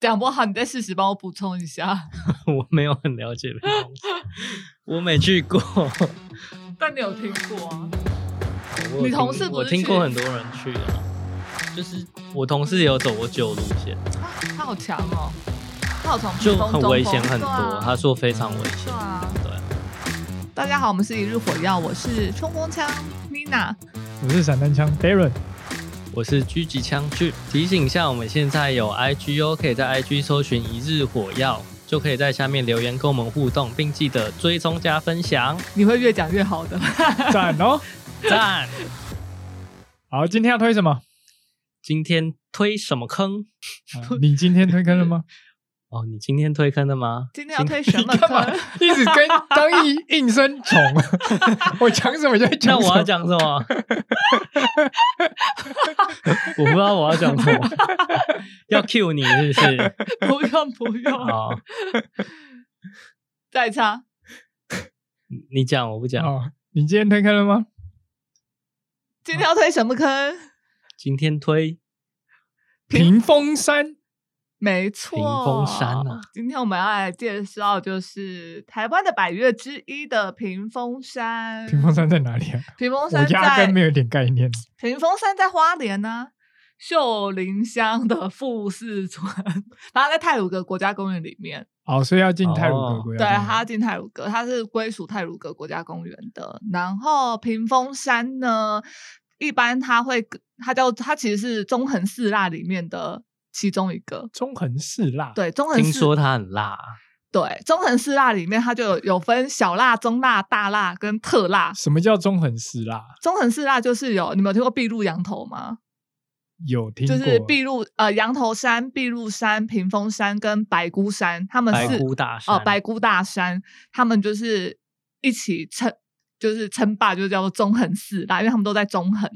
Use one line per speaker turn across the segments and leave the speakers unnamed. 讲不好，你再适时帮我补充一下。
我没有很了解，我没去过。
但你有听过啊？
我有
你
听
同事不
我
是
听
去
过很多人去啊，就是我同事也有走过旧路线，
他好强哦，他好从
就
屏东
很
中
危
风
险很
对
多。
啊
他说非常危
对
险，
啊。
对啊。
大家好，我们是一日火药，我是冲锋枪 Nina。
我是散弹枪 Darren，
我是狙击枪具，提醒一下，我们现在有 IG 哦，可以在 IG 搜寻一日火药，就可以在下面留言跟我们互动，并记得追踪加分享，
你会越讲越好 的。
赞哦！
赞。
好，今天要推 什么？
今天推什么坑？
啊你今天推坑了吗？
哦，你今天推坑了吗？
今天要推什么
干嘛
坑？
一直跟当应应声 虫，我讲什么就
那
讲什
我要
么。
讲什么？ 我不知道我要讲什么， 要 cue 你是不是？
不用不 用，
哦，
再插。
你讲我不讲。
哦，你今天推坑了吗？
今天要推什么坑？
今天推
屏风山
嗯没错，
屏风山啊
今天我们要来介绍，就是台湾的百越之一的屏风山。
屏风山在哪里啊？
屏风
我
山
压根没
在
有一点概念。
屏风山在花莲呢、秀林乡的富士村，然后在泰鲁阁国家公园里面。
哦，所以要进泰鲁
哦
阁国
对，啊
家
它
公园。
进泰鲁阁，它是归属泰鲁阁国家公园的。然后屏风山呢，一般它会，它叫它其实是中横四辣里面的其中一个。
中横四辣，，
对，中横
听
四
说它很辣，
对中横四辣里面，它就有有分小辣、中辣、大辣跟特辣。
什么叫中横四辣？
中横四辣就是有，你们有听过碧露羊头吗？
有听过？
就是碧露呃羊头山、碧露山、屏风山跟白姑山，他们
白
是
姑大山
哦，白姑大山，他们就是一起称，就是称霸，就叫做中横四辣，因为他们都在中横，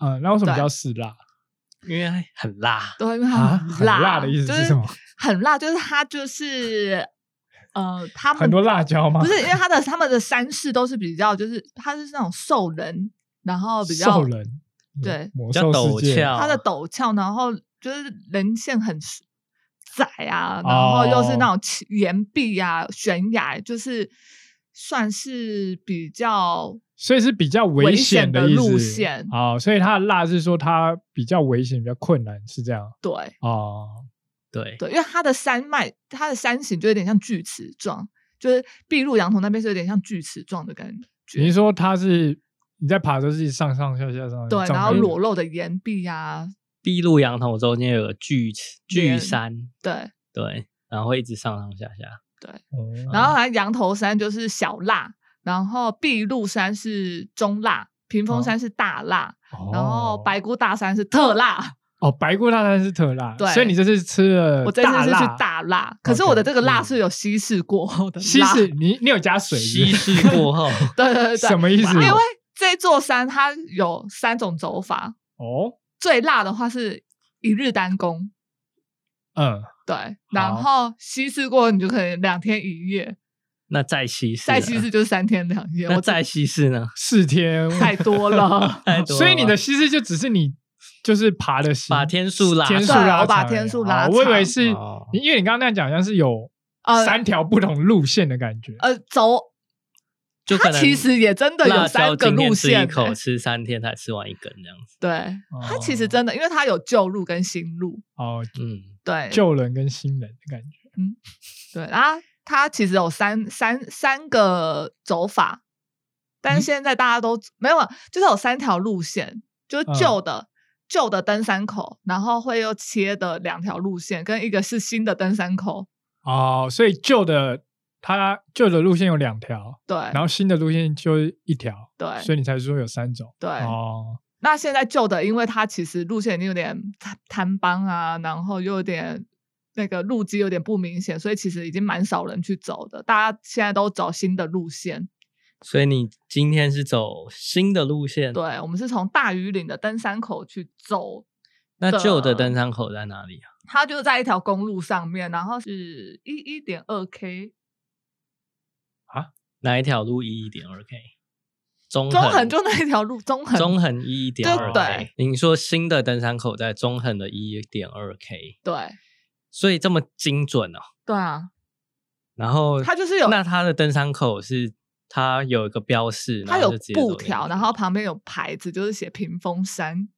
嗯，那为什么
对
叫四辣
因为很辣，
对，因为它
啊？
很
很
辣，
辣的意思
就是
什么？？
很辣，就是它就是呃，他们
很多辣椒吗？
不是因为它的他们的山势都是比较，就是它是那种兽人，然后哦比较
兽人，
对，
魔
比较
兽
陡
世界。
峭，
它的
哦
陡峭，然后就是人线很 s- 窄啊，然后又
哦
是那种起岩壁啊、悬崖，就是算是比较
所以是比较危险的意思
危险的路线
哦，所以它的辣是说它比较危险、比较困难，是这样
对
哦。
对，
对，因为它的山脉、它的山形就有点像锯齿状，就是碧露羊头那边是有点像锯齿状的感
你是
觉。
说它是你在爬的时候是上上下下上上，
对，
上
然后
上
裸露的岩壁啊，
碧露羊头中间有个巨巨
连
山，
对
嗯
对，然后会一直上上下下，
对，
哦
然后还羊头山就是小辣，然后碧露山是中辣，屏风
哦
山是大辣，
哦
然后白姑大山是特辣。
哦白姑大餐是特辣，
对
所以你这次吃了
我这次是去
呃辣
大辣，可是我的这个辣
OK，嗯
是有稀释过后的辣
西式，你你有加水是不
稀
是
释过后，
对对对对，
什么意思？
因为这座山它有三种走法，
哦，
最辣的话是一日单攻，
嗯，
对，然后稀释过你就可能两天一夜，
那再稀释，
再稀释，就是三天两 夜，
那
我
再稀释呢？。
四天，
太多了
太多了
所以你
吧
的西式就只是你就是爬的行
把天数拉
天数
长
拉长而
对我
已，
把天数拉
哦我以为
长
是
哦
因为你刚刚那样讲，好像是有
呃
三条不同路线的感觉。
呃，走，
就可
它
能
其实也真的有三个路
辣椒今
线
天吃一口
欸，
吃三天才吃完一根这样子。
对，它其实
哦
真的，因为它有旧路跟新路，
哦，
嗯，
对，
救人跟新人的感觉。
对啊，它其实有三三三个走法，但
嗯
是现在大家都、没有，就是有三条路线，就是
嗯
旧的、旧的登山口，然后会又切的两条路线，跟一个是新的登山口。
哦，所以旧的它旧的路线有两条，
对
然后新的路线就一条，
对
所以你才说有三种。
对，
哦，
那现在旧的，因为它其实路线已经有点摊摊帮啊，然后又有点。那个路基有点不明显，所以其实已经蛮少人去走的。大家现在都走新的路线，
所以你今天是走新的路线，
对我们是从大余岭的登山口去走
那
的
旧的登山口在哪里啊？
它就在一条公路上面，然后是一一点二 k，
哪一条路一一点二 k？中
中横
横
就那一条路，中横
中横一一点二
对
k。您说新的登山口在中横的一点二 k，
对
所以这么精准哦。
对啊，
然后
它就是有
那它的登山口是它有一个标示，
它
然后
有
就直接
布
走进
条，
去
然后旁边有牌子，就是写屏风山，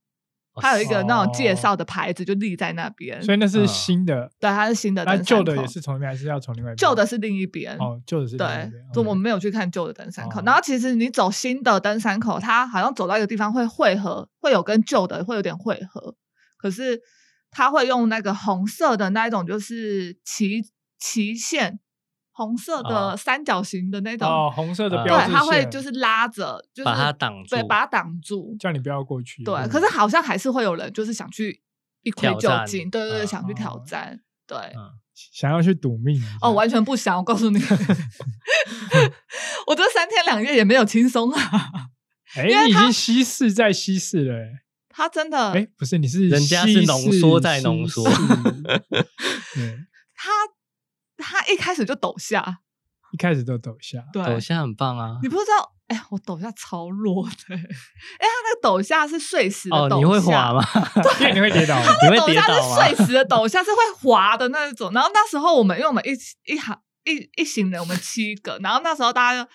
哦
它有一
是
个那种介
哦
绍的牌子就立在那边。
所以那是
嗯
新的，
对，它是新的登
那
山
旧的
口
也是从那边，还是要从另外一边？
旧的是另一边。
哦，旧的是另外
对
一边，
就
嗯
我们
OK
没有去看旧的登山口。
哦
然后其实你走新的登山口，它好像走到一个地方会汇合，会有跟旧的会有点汇合。可是它会用那个红色的那一种，就是旗旗线，红色的
哦
三角形的那种，
哦，红色的
呃
对
标志，，
它会就是拉着，就是
把它挡住，
对，把它挡住。
叫你不要过去。
对，
嗯
可是好像还是会有人就是想去一窥
挑
究
战
竟，对对对，
嗯
想去挑
哦
战，对。
想要去赌命
哦，
嗯
完全不想，我告诉你， 我这三天两夜也没有轻松啊。
哎，
因为
你已
它
经稀释在稀释了，哎
他真的，
哎，不是，你是
人家
稀
是浓
释
缩再浓缩。
稀释对，
他他一开始就抖下，
一开始都抖下，
对，
走下很棒啊
你。不知道，哎、我抖下超弱的、哎， 他那个抖下是碎石的
哦
抖下，，
你会滑吗？？
因为你会跌倒。
你 会
抖
跌
下
倒吗？
是碎石的抖下，是会滑的那种。然后那时候我们，因为我们一起一行一一行人，我们七个，然后那时候大家就。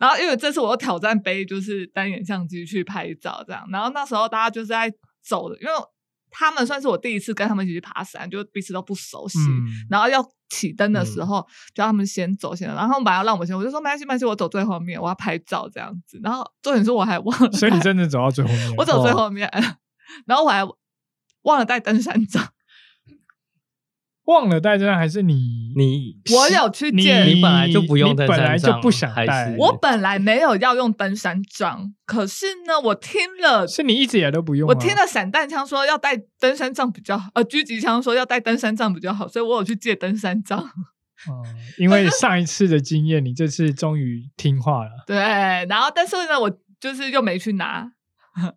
然后，因为这次我又挑战背就是单眼相机去拍照，这样。然后那时候大家就是在走的，因为他们算是我第一次跟他们一起去爬山，就彼此都不熟悉。
嗯，
然后要起灯的
嗯
时候，就让他们先走先走，然后他们本来要让我先，我就说没关系，没关系，我走最后面，我要拍照这样子。然后重点是我还忘了带，
所以你真的走到最后面，
我走最后面，然后我还忘了带登山杖。
忘了带这样，还是你
你
我有去
你
见，
你本来就不用
你
登
本
山
来
杖
就不想
啊还
带
是
我本来没有要用登山杖，可是呢，我听了。
是你一直也都不用、啊。
我听了散弹枪说要带登山杖比较好，呃，狙击枪说要带登山杖比较好，所以我有去借登山杖。
哦，因为上一次的经验，你这次终于听话了。
对，然后但是呢，我就是又没去拿，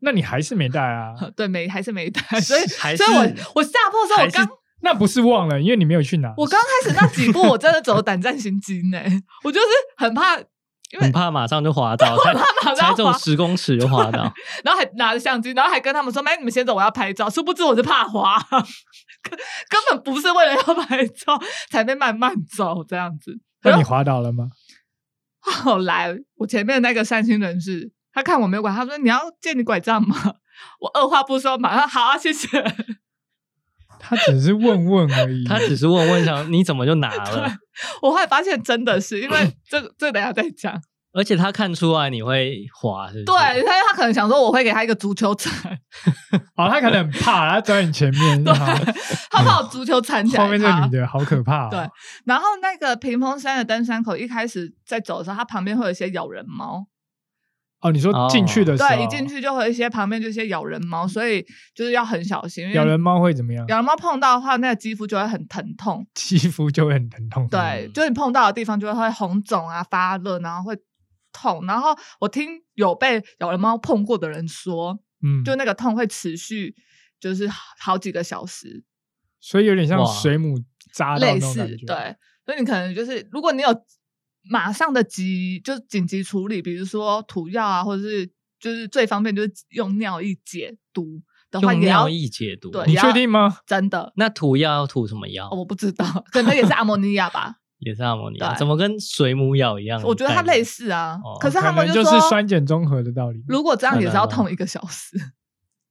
那你还是没带啊？
对，没还是没带，所以
还是
所以我我下坡的时候，
还
我
是
刚
那不是忘了，因为你没有去拿。
我刚开始那几步，我真的走得胆战心惊呢、我就是很怕，因为
很怕马上就滑倒，才
马
才
上
走
滑，
十公尺就 滑倒。
然后还拿着相机，然后还跟他们说：“没，你们先走，我要拍照。”殊不知我是怕滑，根根本不是为了要拍照才被慢慢走这样子。
那你滑倒了吗？
后来我前面那个善心人士，他看我没有拐，他说：“你要借你拐杖吗？”我二话不说，马上好啊，谢 谢。
他只是问问而已。
他只是问问想你怎么就拿了，
我后来发现真的是因为这个，这等一下再讲。
而且他看出来你会滑，是不是？
对，因为他可能想说我会给他一个足球铲，
哦，他可能很怕，他走在你前面。
对
是吗
他把我足球铲起来。
后面这
他
个女的好可怕、哦。
对然后那个屏风山的登山口，一开始在走的时候，它旁边会有一些咬人猫，
哦，你说进去的时候，
对，一进，去就会有一些旁边就一些咬人猫，所以就是要很小心。因为
咬人猫会怎么样？
咬人猫碰到的话，那个肌肤就会很疼痛，
肌肤就会很疼痛。
对，
嗯
就是你碰到的地方就会红肿啊、发热，然后会痛。然后我听有被咬人猫碰过的人说，
嗯，
就那个痛会持续就是好几个小时，
所以有点像
哇
水母扎到
类
那种
似
感觉。
对，所以你可能就是如果你有马上的急就是紧急处理，比如说涂药啊，或者是就是最方便就是用尿液解毒的话，
用
也要
尿液解毒。
对
你
也要
确定吗？
真的、
那涂药要涂什么药
哦？我不知道，可能也是阿莫尼亚吧，
也是阿摩尼亚，
对
怎么跟水母药一样？
我觉得它
嗯概念
类似啊。
哦
可是他
可
们
能就是
说，
酸碱中和的道理。
如果这样也是要
可能啊
痛一个小时，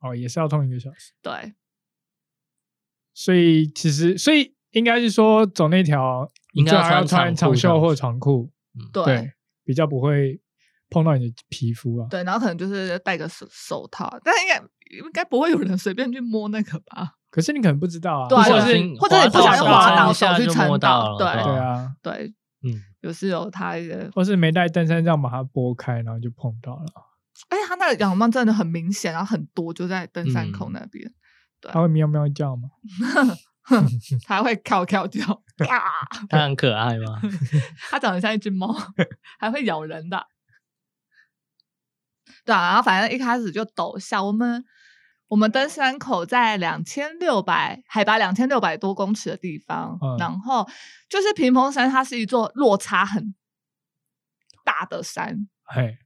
哦，也是要痛一个小时。
对
所以其实，所以应该是说走那条，
应该要
你最好要
穿
穿
长裤上
长袖
去
或长裤，
对
对，比较不会碰到你的皮肤啊。
对，然后可能就是戴个手手套，但应该。应该不会有人随便去摸那个吧？
可是你可能不知道啊，
对
不
啊
或
小
者是
心
或者你不
小心滑
倒
手
手去
就
撑
摸
到
到了，
对
对啊，
对，
嗯，
有是有它的，
或是没带登山杖把它拨开，然后就碰到了，
而哎且它那个羊毛真的很明显，然后很多就在登山口那边。
它会喵喵叫吗？
它会跳跳跳， 啊！
它很可爱 吗？
它长得像一只猫， 还会咬人的。对啊，然后反正一开始就陡下，我们我们登山口在两千六百海拔两千六百多公尺的地方，
嗯
然后就是屏风山，它是一座落差很大的山。
嘿，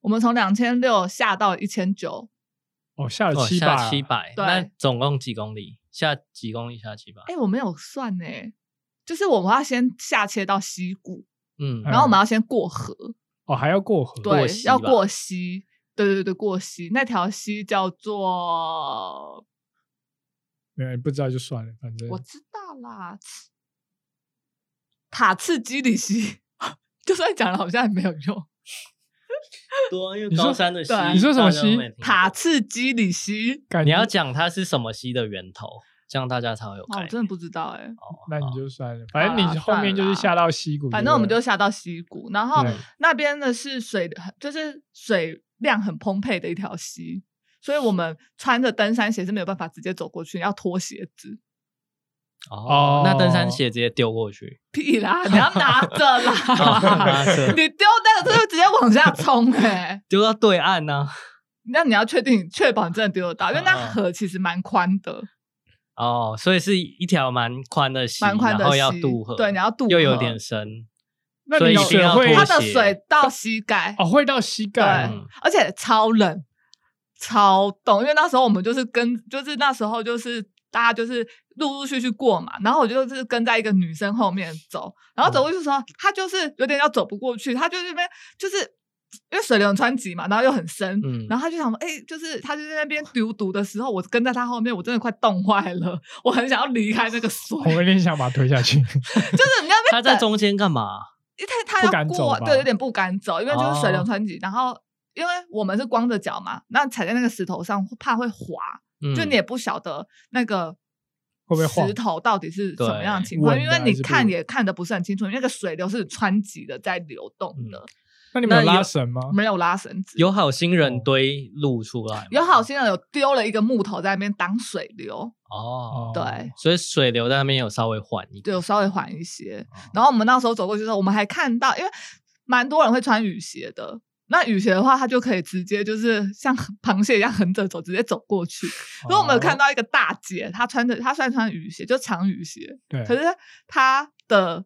我们从两千六下到一千九，
哦，下了
哦
七
下
把，
七百，
对
那总共几公里？下几公里下去吧？
哎、我没有算呢、就是我们要先下切到溪谷，
嗯，
然后我们要先过河，
哦，还要过河，
对，
溪
要
吧
过溪，对对对对，过溪那条溪叫做
没有不知道就算了，反正
我知道啦，塔刺基里溪， 就算讲了好像也没有用。
多，因为
你说
高山的溪
对啊，
你说什么
大家都
溪
没听过
塔刺基里溪，
感
你要
觉
讲它是什么溪的源头，这样大家才会有
哇，我
概念。
哦真的不知道哎、
那你就算了，反正
好
你
啦
后面就是
算
下
啦
到溪谷，
反正我们
对
就哦
不
下到溪谷，然后
对
那边的是水，就是水量很充沛的一条溪，所以我们穿着登山鞋是没有办法直接走过去，要脱鞋子。
哦
哦，
那登山鞋直接丢过去，
屁啦，你要拿着 啦
哦拿，着
你丢那个就是直接往下冲哎、
丢到对岸呢、
那你要确定确保你真的丢得到，因为那
嗯嗯
河其实蛮宽的，
哦，所以是一条蛮宽的溪，
蛮宽的
然后要
溪
渡河，
对你要渡
又有
河
点深，
那
所以
你
一定
水
要
会
脱
它
鞋
的水到膝盖，
哦会到膝
对
盖
嗯，
而且超冷，超冻，因为那时候我们就是跟，就是那时候就是大家就是陆陆续续过嘛，然后我就是跟在一个女生后面走，然
嗯
后走过去的时候，她就是有点要走不过去，她就是那边就是因为水流很湍急嘛，然后又很深，
嗯
然后她就想说，哎、就是她就在那边丢毒的时候，我跟在她后面，我真的快冻坏了，我很想要离开那个水，
我有点想把它推 下去。
就是你要
它在中间干嘛？
因为他
不
他要
敢走
过，
吧
对，有点不敢走，因为就是水流
哦
湍急，然后因为我们是光着脚嘛，那踩在那个石头上怕会滑，
嗯
就你也不晓得那个
会不会晃
石头到底是什么样的情
对
况，因
稳
为
的
你
还是不
看
稳
也看的不是很清楚，因为那个水流是湍急的在流动
嗯
的，
那你们有
那有
拉绳吗？
没有拉绳子。
有好心
哦
人堆露出来吗，
有好心人有丢了一个木头在那边挡水流，
哦，
哦
对，
所以水流在那边有稍微缓一
就
点，
有稍微缓一些。
哦
然后我们那时候走过去的时候，我们还看到，因为蛮多人会穿雨鞋的。那雨鞋的话，它就可以直接就是像螃蟹一样横着走，直接走过去。所以我们有看到一个大姐，她穿着她虽然穿雨鞋，就长雨鞋，
对，
可是她的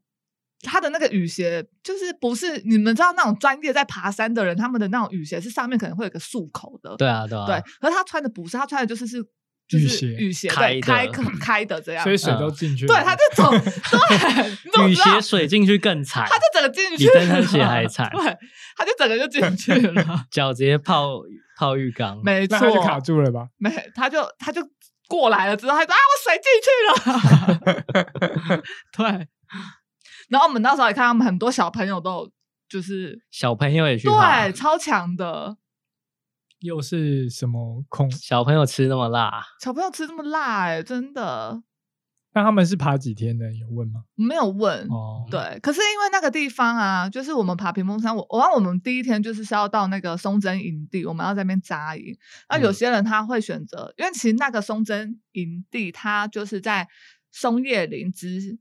她的那个雨鞋就是不是你们知道那种专业在爬山的人，他们的那种雨鞋是上面可能会有个束口的，
对啊，对啊，
对。可是她穿的不是，她穿的就是是就是
雨鞋
雨鞋
开
对开
的
开的这样，
所以
嗯对
水都进去了。
她这种对，你怎么
雨
知道
鞋水进去更惨，
他就整个进去
比
了，
登山鞋还惨，
对，他就整个就进去了
脚直接泡泡浴缸，
没
那
错啊
它，就卡住了吧？
没，他就他就过来了之后，他说啊，我水进去了， 对。然后我们那时候也看他们很多小朋友都有，就是
小朋友也去爬
对，超强的
又是什么恐？
小朋友吃那么辣，
小朋友吃这么辣、欸，真的
那他们是爬几天的？有问吗？
没有问。
嗯
哦，
对，可是因为那个地方啊，就是我们爬屏风山，我我让我们第一天就是是要到那个松针营地，我们要在那边扎营。那有
嗯
些人他会选择，因为其实那个松针营地，它就是在松叶林之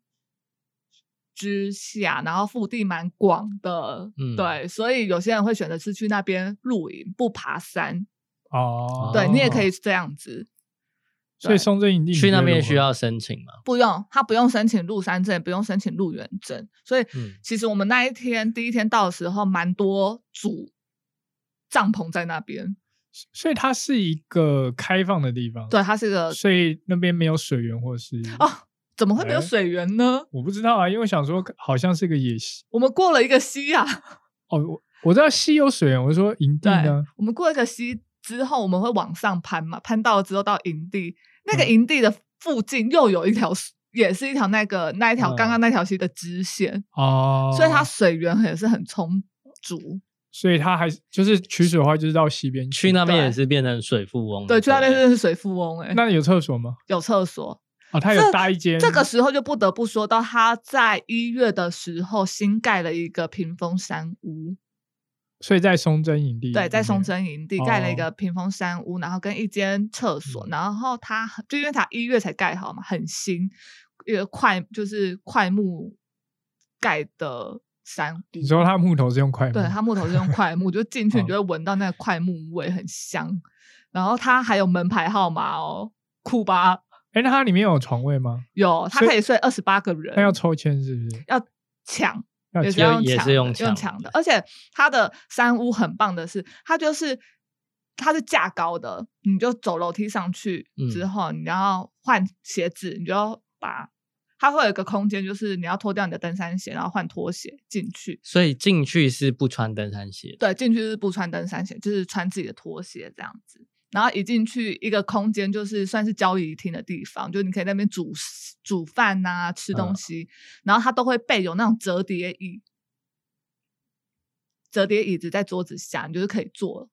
之下，然后腹地蛮广的，
嗯
对，所以有些人会选择是去那边露营，不爬山。
哦，
对你也可以。这样子，
所以
对
松针营地
去那边
你觉
需
得如何
要申请吗？
不用，他不用申请入山证，不用申请入园证，所以
嗯
其实我们那一天第一天到的时候，蛮多组帐篷在那边。
所以它是一个开放的地方。
对，，它是个
所以那边没有水源或是
哦，怎么会没有
哎
水源呢？
我不知道啊，因为我想说好像是个野溪
我们过了一个溪啊，
哦，我我知道溪有水源，我说营地
对
呢，，
我们过了一个溪之后，我们会往上攀嘛，攀到了之后到营地，那个
嗯
营地的附近又有一条，也是一条那个那一条刚
嗯
刚那条溪的支线，
哦，
所以它水源也是很充足。
所以它还是就是取水的话，就是到溪边
去那边也
对
是变成水富翁，
对，去那边
不
真的是水富翁哎、
那有厕所吗？
有厕所，
哦，它有搭一间
这个时候就不得不说到他在一月的时候新盖了一个屏风山屋，
所以在松针营地，
对，在松，针营地盖了一
嗯哦
个屏风山屋，然后跟一间厕所，
嗯
然后他就因为他一月才盖好嘛，很新，一个块就是块木盖的山屋。
你说它木头是用块木，
对，它木头是用块 木，就进去你就会
哦
闻到那个块木味，很香。然后它还有门牌号码哦，酷吧？
哎，那它里面有床位吗？
有，它
所以
可以睡二十八个人。
那要抽签是不是？
要抢，
要
也是
抢
要
也
抢
是
的
用
用
抢
抢
的
的，而且它的山屋很棒的是，它就是它是架高的，你就走楼梯上去之
嗯
后，你要换鞋子，你就要把它会有一个空间，就是你要脱掉你的登山鞋，然后换拖鞋进去。
所以进去是不穿登山鞋的。
对，进去是不穿登山鞋，就是穿自己的拖鞋这样子。然后一进去一个空间，就是算是交易厅的地方，就你可以在那边煮食煮饭呐、吃东
嗯
西。然后它都会备有那种折叠椅，折叠椅子在桌子下，你就是可以坐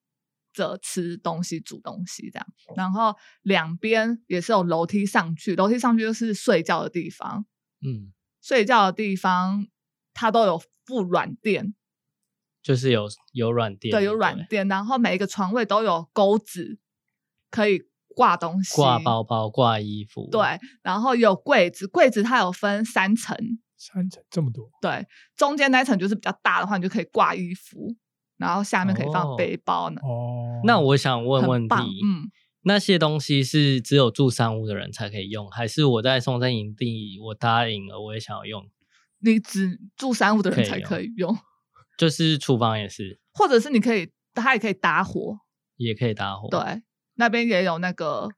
着吃东西、煮东西这样。然后两边也是有楼梯上去，楼梯上去就是睡觉的地方，
嗯，
睡觉的地方它都有附软垫，
就是有有软垫，
对，有软垫，然后每一个床位都有钩子，可以挂东西，
挂包嗯包、挂衣服。
对，然后有柜子，柜子它有分三层，
三层这么多，
对，中间那一层就是比较大的话，你就可以挂衣服，然后下面可以
哦
放背包呢。
哦，
那我想问
很
问题
棒，嗯，
那些东西是只有住山屋的人才可以用，还是我在松山营地我答应了我也想要用？
你只住三五的
可
人
以哦
才
用
可以用，
就是厨房也是，
或者是你可以，它也可以打火，
也可以搭伙。，
对，那边也有那个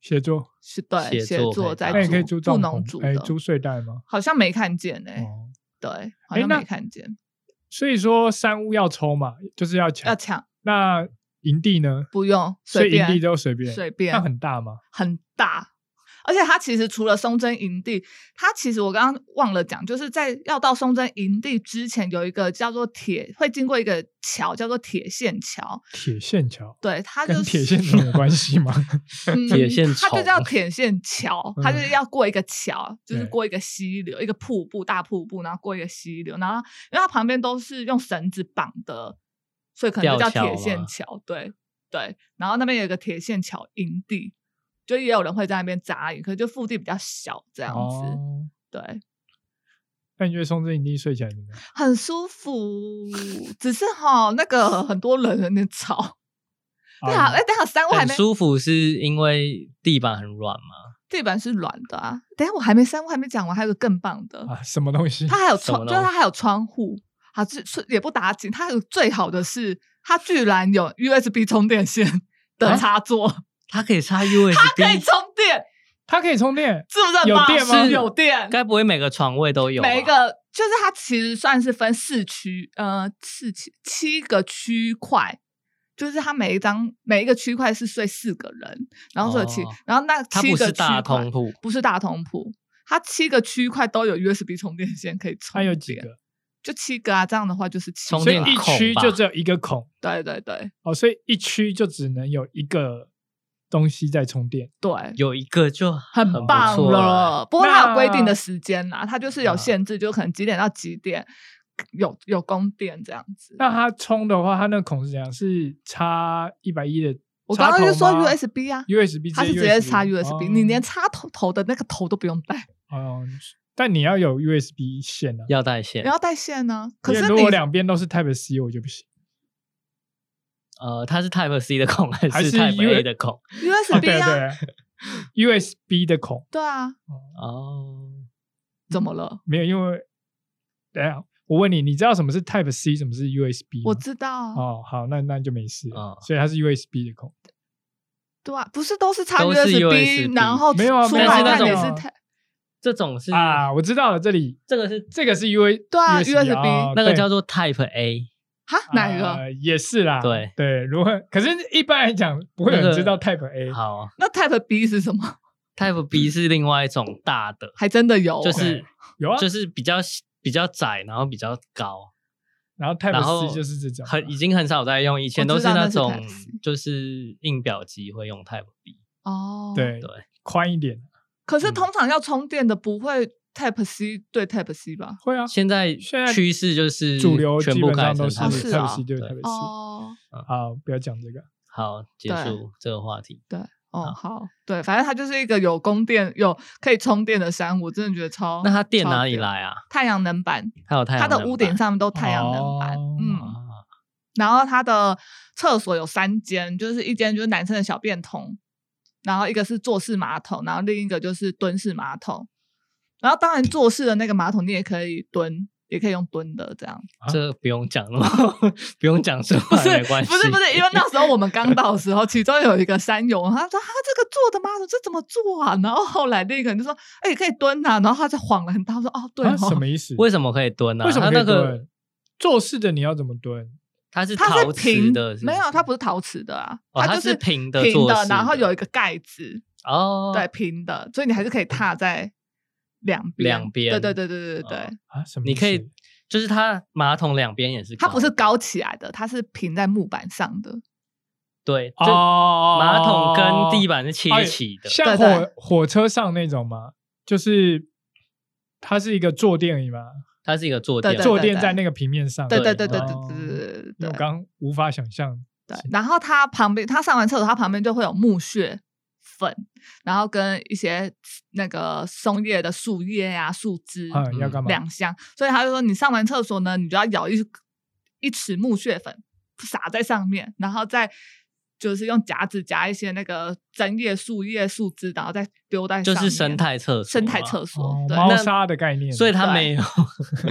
协作，
是对
协
协
作可以
作在
打
那也
煮
可以租帐
布农
篷，
族
哎，
的，
租睡袋吗？
好像没看见哎、
哦，
对，好
哎
像
那
没看见，
所以说山屋要抽嘛，就是要
要
抢。
抢
那营地呢？
不用
所
随
以营地
便
都随便，
随便
那很大吗？
很大。而且它其实除了松针营地，它其实我刚刚忘了讲，就是在要到松针营地之前，有一个叫做铁，会经过一个桥，叫做铁线桥。
铁线桥
对，它就
跟
是
铁线虫有关系吗？
嗯
铁线嗯
它就
虫
叫铁线桥，它就是要过一个桥，就是
对
过一个溪流，一个瀑布，大瀑布，然后过一个溪流，然后因为它旁边都是用绳子绑的，所以可能就
吊
叫
桥
铁线
吗
桥。对对，然后那边有一个铁线桥营地，就也有人会在那边扎营，可是就腹地比较小这样子，
哦，
对，
那你觉得松针营地睡起来怎么样？
很舒服。只是哈，那个很多人有点吵。对啊，
啊
哎、等一下三我还
很
没，
舒服是因为地板很软嘛？
地板是软的啊。等一下我还没三我还没讲完，还有个更棒的
啊，什么东西？
哎它还有
什么
窗，就是
东
它还有窗户，啊，这是也不打紧。它有最好的是，它居然有 USB 充电线
啊
的插座，
它可以插 USB，
它可以充电，
它可以充电，
是不是很
有
棒
电吗
是有电，
该不会每个床位都有啊吧？
每一个就是它其实算是分四区，呃，四区七个区块。就是它每一张每一个区块是睡四个人，然后所有七，
哦
然后那
它
七
不
个
是
区块
大通铺，
不是大同铺，它七个区块都有 USB 充电线可以充
它
电。
有几个？
就七个啊，这样的话就是七
充
所
个
以
电
啊
一
孔
区
吧
就只有一个孔
对对对
哦，所以一区就只能有一个东西在充电。
对，
有一个就
很
很
棒
不错嗯了。
不过它有规定
那
的时间啦，它就是有
啊
限制，就可能几点到几点有有供电这样子。
那它充的话，它那个孔是怎样？是插一百一的？
我刚刚就说 USB 啊
USB
它是直接插
哦
USB，你连插头头的那个头都不用 带，
哦，但你要有 USB 线啊。
要带线
你，要带线呢。可
因为
是
如
你
果两边都是 Type C，我就不行。
呃，它是 Type C 的孔还
还
是
是
Type
U-
A 的孔？
哦，
USB
对
啊，
对，USB 的孔
对啊，
哦，
怎么了？
没有，因为等一下我问你，你知道什么是 Type C，什么是 USB？吗
我知道啊，
哦，好，那那就没事了。
嗯
所以它是 USB 的孔，
对啊，不是都是插
都是 USB
然后
没有啊
出
没
但
有
是
来
那
看
种
也是 Type-
这种是
啊，我知道了，这里
这个是
这个是 U A
对啊
USB，
USB
哦
那个
对
叫做 Type A，
哈哪一个？
呃也是
啊
啦，
对
对，如果可是一般来讲不会有
那
人
个
知道 Type A，
好
那 Type B 是什么？
，Type B 是另外一种大的，
还真的有哦，
就是
有啊，
就是比较比较窄，然后比较高，
然后
然后
Type C 就是这种，啊
很已经很少在用，以前
啊
都
我知道
那
那是
种
Type C
就是印表机会用 Type B，
哦，
对
对，
宽一点，
可是
嗯
通常要充电的不会 Type C 对 Type C 吧？
会啊，
现在
现在
趋势就是
主流
全
基
部
本
改
上
成
都是
哦是
Type
啊
C 对
对
Type C，
哦
好，不要讲这个，
好，结
对
束这个话题。
哦，好，对，反正它就是一个有供电、有可以充电的山，我真的觉得超。
哦
那它电
超
哪里
屌？
来啊？
太阳能板，
它有太
它
阳能板，
的屋顶上面都太阳能板，
哦
嗯，
啊，
然后它的厕所有三间，就是一间就是男生的小便桶，然后一个是坐式马桶，然后另一个就是蹲式马桶，然后当然坐式的那个马桶你也可以蹲，也可以用蹲的这样。
啊
这不用讲了， 不用讲什
不
么
是
没关系，
不是不 是，因为那时候我们刚到的时候，其中有一个山友，他说：“他、啊这个做的吗？这怎么做啊？”然后后来另一个人就说：“哎、可以蹲啊。”然后他就晃了很大，我说：“哦，对
啊
哦，
什么意思？
为什么可以蹲呢、啊？
为什么
它
可
那
以
个
蹲？做事的你要怎么蹲？
它是
它
陶
是
瓷
平
的是不
没
是
有，它不是陶瓷的啊，
哦它
就是
平的
平
做
的
事，
然后
的
有一个盖子，
哦，
对，，平的，所以你还是可以踏在两边，
两边哦
对对对对对对对，
啊？什么意
你
思？
可以就是它马桶两边也是，
它不是，高起来的，它是平在木板上的，
对，就
哦，
马桶跟地板是切
哎
齐的，
像
对
火
对
火车上那种吗？就是它是一个坐垫而已嘛，
它是一个坐
对
垫，
对
坐垫在那个平面上。
对
啊对
对对对对
哦
对对对对
因为
对
我。刚无法想象。
对，然后它旁边，它上完厕所，它旁边就会有木屑粉，然后跟一些那个松叶的树叶呀、树枝、
哎
啊，要干
嗯
嘛？
两箱，所以他就说你上完厕所呢，你就要舀一一匙木屑粉撒在上面，然后再就是用夹子夹一些那个针叶、树叶、树枝，然后再丢在
就
上
是
面
生态厕所嘛，
生态厕所，
哦
对，
猫
那
砂的概念。
所以它
对
没有，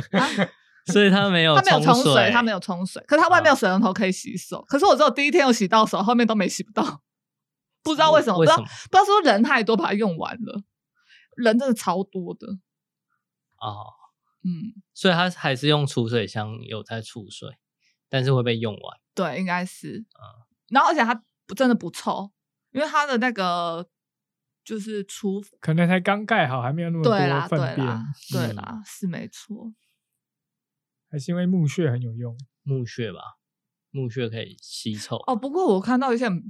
所以它没有
它没有
冲
冲水，它没
有。
有冲水，可是它外面有水龙头可以洗手。可是我只有第一天有洗到手，后面都没洗不到，不知道为什么，
为
不知道
什么
不知道是不是人太多把它用完了，人真的超多的，
哦，
嗯，
所以它还是用储水箱有在储水，但是会被用完。
对，应该是，然后而且它不真的不臭，因为它的那个就是厨
可能才刚盖好，还没有那么多
对啦对
粪便，
啦对
嗯
啦是没错，
还是因为木屑很有用。
木屑吧，木屑可以吸臭。
哦，不过我看到一些很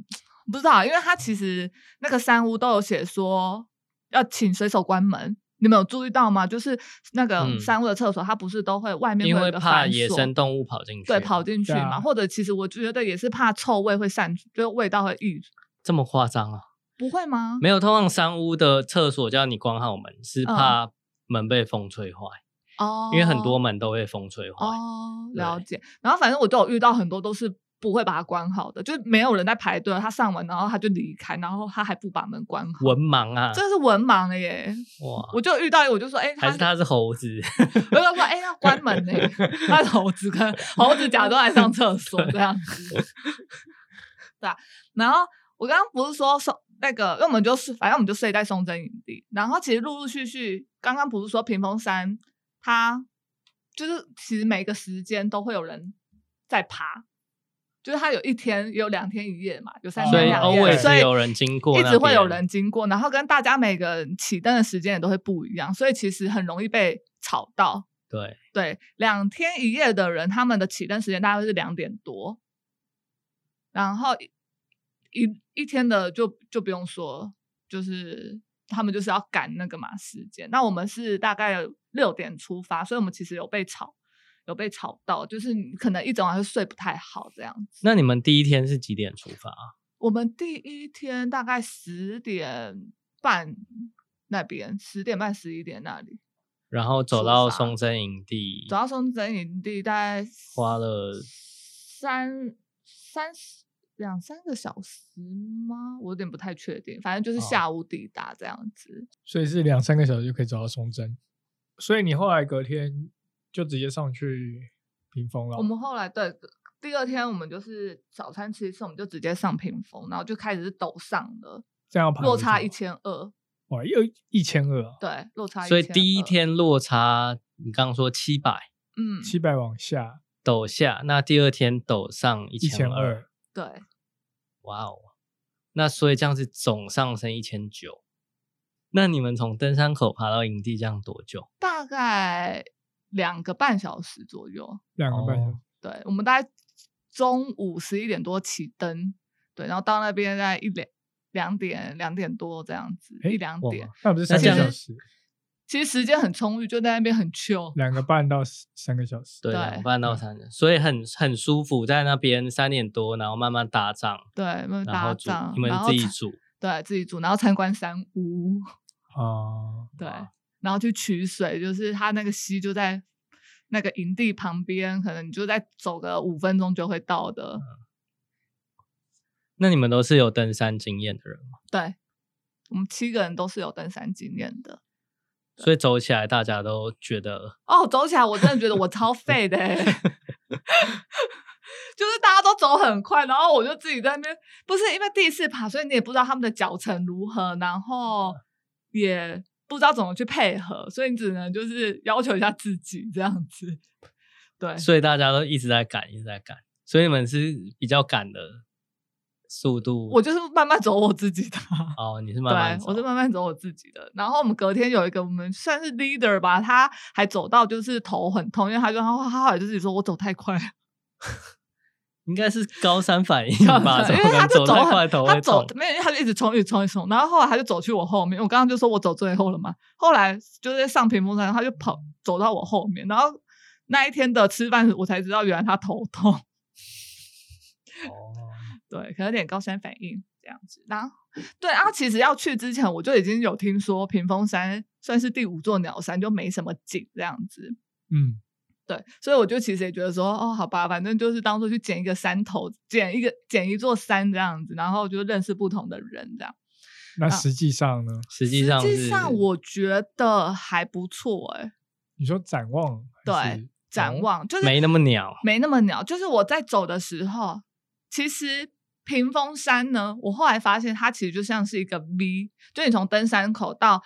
不知道，因为它其实那个山屋都有写说要请随手关门。你们有注意到吗？就是那个
嗯
山屋的厕所，它不是都会外面
因
会有
为
一个
怕
反
野
锁
生动物跑进去，
对跑进去
对
嘛，
啊
或者其实我觉得也是怕臭味会散，就是味道会溢，
这么夸张啊？
不会吗？
没有，通常山屋的厕所叫你关好门，是
嗯
怕门被风吹坏，
哦，
因为很多门都会风吹坏。
哦，了
对
解。然后反正我都有遇到很多都是不会把它关好的，就是没有人在排队，他上完然后他就离开，然后他还不把门关好，
文盲啊，
这是文盲了耶！
哇，
我就遇到一个，我就说，哎、
还是他是猴子，
我就说，哎、要关门 呢、他是猴子跟猴子假装来上厕所这样 子，对啊。然后我刚刚不是说松那个，因为我们就是反正我们就睡在松针营地，然后其实陆陆续续，刚刚不是说屏风山它就是其实每个时间都会有人在爬。就是它有一天也有两天一夜嘛，有三
所
天
以
两夜，所
always
以
有人经过，
一直会有人。经过，然后跟大家每个人起灯的时间也都会不一样，所以其实很容易被吵到。
对，
对，两天一夜的人，他们的起灯时间大概是两点多，然后一一一天的就就不用说，就是他们就是要赶那个嘛时间。那我们是大概六点出发，所以我们其实有被吵，有被吵到，就是你可能一整晚会睡不太好这样子。
那你们第一天是几点出发啊？
我们第一天大概十点半那边，十点半十一点那里，
然后走
出
到
发
松针营地
走，到松整营地大概
嗯花了
三三十两三个小时吗？我有点不太确定，反正就是
哦
下午抵达这样子。
所以是两三个小时就可以找到松针。所以你后来隔天就直接上去屏风
哦
了。
我们后来对第二天我们就是早餐吃一次，我们就直接上屏风，然后就开始是陡上了，
这样要爬
落
多
差
久
啊
一千二，
哇，又一千二啊，
对，落差1200。
所以第一天落差，你刚刚说七百
嗯，
七百往下
陡下，那第二天陡上一
一千
千二，
二，
对
哇哦，那所以这样子总上升一千九。那你们从登山口爬到营地这样多久？
大概两个半小时左右。
两个半小时。
对，我们大概中午十一点多起灯，对，然后到那边在一两两点两点多这样子，
诶
一两
哇
点。
那不是
那
三
这
个
样
小时，
其实时间很充裕，就在那边很
嗯
chill。
两个半到三个小时。
对，
对
两半到三个，所以很很舒服，在那边三点多，然后慢慢搭帐，
对，慢慢
然后
搭
煮
帐，，
你们
然后
自己
参
煮，
对自己煮，然后参观山屋，
啊，
对
哇，
然后去取水，就是它那个溪就在那个营地旁边，可能你就再走个五分钟就会到的。
嗯那你们都是有登山经验的人吗？
对，我们七个人都是有登山经验的，
所以走起来大家都觉得
哦，走起来我真的觉得我超废的、欸， 就是大家都走很快，然后我就自己在那边，不是因为第一次爬，所以你也不知道他们的脚程如何，然后也不知道怎么去配合，所以你只能就是要求一下自己这样子。对，
所以大家都一直在赶，一直在赶。所以你们是比较赶的速度。
我就是慢慢走我自己的。
哦，你是 慢慢
对，
走，
我是慢慢走我自己的。然后我们隔天有一个我们算是 leader 吧，他还走到就是头很痛，因为他就他他后来就自己说我走太快了，
应该是高山反应吧？怎
因
么
为
可
他
能
就
走
走
太
很
快头
他
会
走
痛？
没有，因为他就一直冲一直冲一直冲，然后后来他就走去我后面，我刚刚就说我走最后了嘛，后来就是上屏幕上他就跑走到我后面，然后那一天的吃饭我才知道原来他头痛，
哦，
对，可能有点高山反应这样子。然后，对啊，其实要去之前我就已经有听说屏风山算是第五座鸟山，就没什么景这样子。
嗯，
对，所以我就其实也觉得说，哦，好吧，反正就是当做去捡一个山头，捡一个捡一座山这样子，然后就认识不同的人这样。啊
那实际上呢？
实际上
实
是
际上我觉得还不错哎、
你说展望还是，
对展望就是
哦没那么鸟，
没那么鸟。就是我在走的时候，其实屏风山呢，我后来发现它其实就像是一个 V，就你从登山口到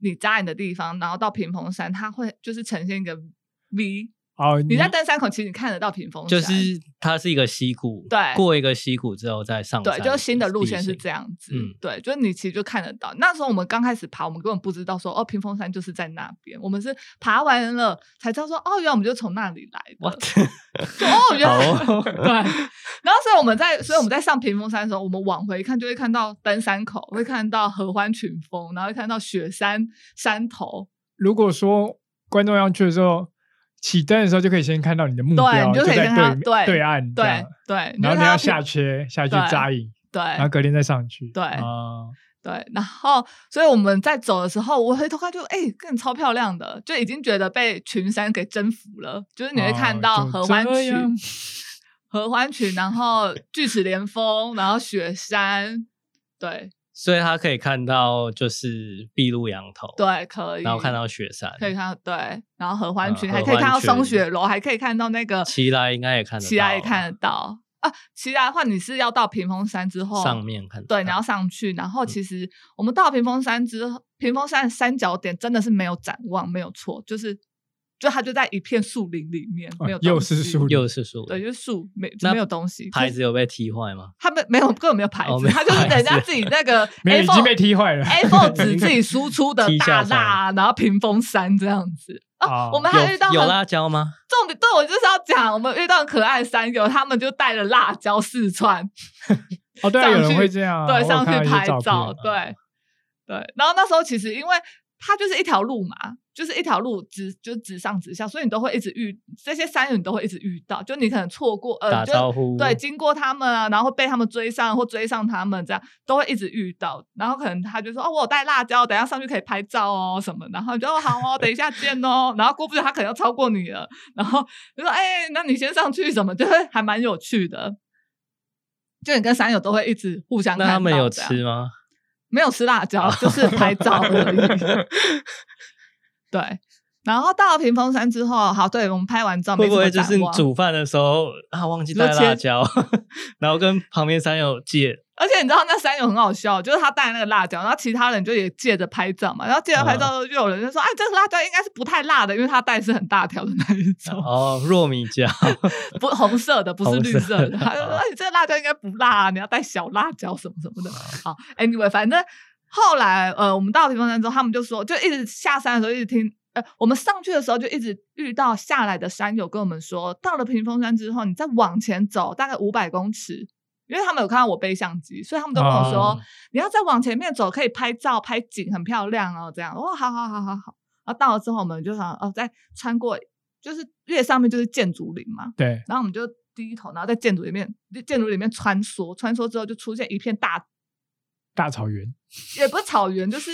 你扎营的地方，然后到屏风山，它会就是呈现一个 V。
哦，
你在登山口，其实你看得到屏风山，
嗯就是它是一个溪谷，
对
过一个溪谷之后再上山，
对，就是新的路线是这
样。
样子。
嗯
对，就是你其实就看得到。那时候我们刚开始爬，我们根本不知道说哦，屏风山就是在那边。我们是爬完了才知道说哦，原来我们就从那里来的。
What？
就哦，原来、
好
对。然后所以我们在，所以我们在上屏风山的时候，我们往回看就会看到登山口，会看到合欢群峰，然后会看到雪山山头。
如果说观众要去的时候，起灯的时候就可以先看到你的目
对
标，
你就可以
在
看到
对
对
对岸这
对
样，
对，
然后
就
你
看
要
到
下
屏
切下去
对
扎营，
对，
然后隔天再上去。
对
啊，
对，然后所以我们在走的时候，我回头看就哎，更、超漂亮的，就已经觉得被群山给征服了。就是你会看
哦
到
就
合欢
这样
群、 合欢群，然后巨齿连峰，然后雪山，对
所以它可以看到就是筚路羊头，，
对，可以。
然后看到雪山，
可以看到对，然后合欢
嗯
群、
合
还可以看
欢
到松
群
雪楼，还可以看到那个
奇来应该也看得到，
奇来也看得到啊。奇来的话，你是要到屏风山之后
上面看得到，
对，你要上去。然
嗯
后其实我们到屏风山之后，屏风山的山脚点真的是没有展望，没有错，就是就它就在一片树林里面，
哦
没有
又
东
是
西
树林
又是树，
对，就是树没就
那
没有东西，可
牌
是
子有被踢坏吗？
它没没有根本没有牌
哦
子，
没有
它就是
牌
人家
子
自己那 个
没有已
A4
经 被踢坏了
A4 纸自己输出的
踢
大
下
大，然后屏风山这样子。
哦
哦，我们还遇到
有
很
有辣椒吗？
重点对我就是要讲，我们遇到很可爱的山友，他们就带了辣椒四川，
哦，对啊，
上
有人
去
会这样啊，我
对，
有
上去
看到一些
拍照，
片啊
对对。然后那时候其实因为它就是一条路嘛，就是一条路直就直上直下，所以你都会一直遇这些山友，你都会一直遇到，就你可能错过呃，
打
就
招呼，
对，经过他们啊，然后被他们追上或追上他们，这样都会一直遇到。然后可能他就说：“哦，我有带辣椒，等一下上去可以拍照哦什么。”然后你就哦好哦，等一下见哦。然后过不久他可能要超过你了，然后就说：“哎、那你先上去什么？”就是还蛮有趣的。就你跟山友都会一直互相
那
看
他们
到
有
这样
吃哦吗？
没有吃辣椒，就是拍照而已。 对，然后到了屏风山之后，好，对我们拍完照，
会不会
没什
就
么
是
展
你
望
煮饭的时候啊忘记
你说
带辣
切
椒， 然后跟旁边山友借，
而且你知道那山友很好笑，就是他带那个辣椒，然后其他人就也借着拍照嘛，然后借
嗯
着拍照就有人就说：“哎，这个辣椒应该是不太辣的，因为他带是很大条的那一种，
哦，糯米 椒，
不红色的，不是绿色的。
红色的啊
他就说：“哎，你这个辣椒应该不辣、啊你要带小辣椒什么什么的。”好，anyway，反正后来呃，我们到屏风山之后，他们就说，就一直下山的时候一直听。呃，我们上去的时候就一直遇到下来的山友跟我们说，到了屏风山之后，你再往前走大概五百公尺，因为他们有看到我背相机，所以他们都跟我说，
哦
你要再往前面走，可以拍照拍景，很漂亮哦。这样，哦，好好好好好。然后到了之后，我们就想，哦，再穿过，就是越上面就是建筑林嘛，
对，
然后我们就低头，然后在建筑里面，建筑里面穿梭，穿梭之后就出现一片大，
大草原，
也不是草原，就是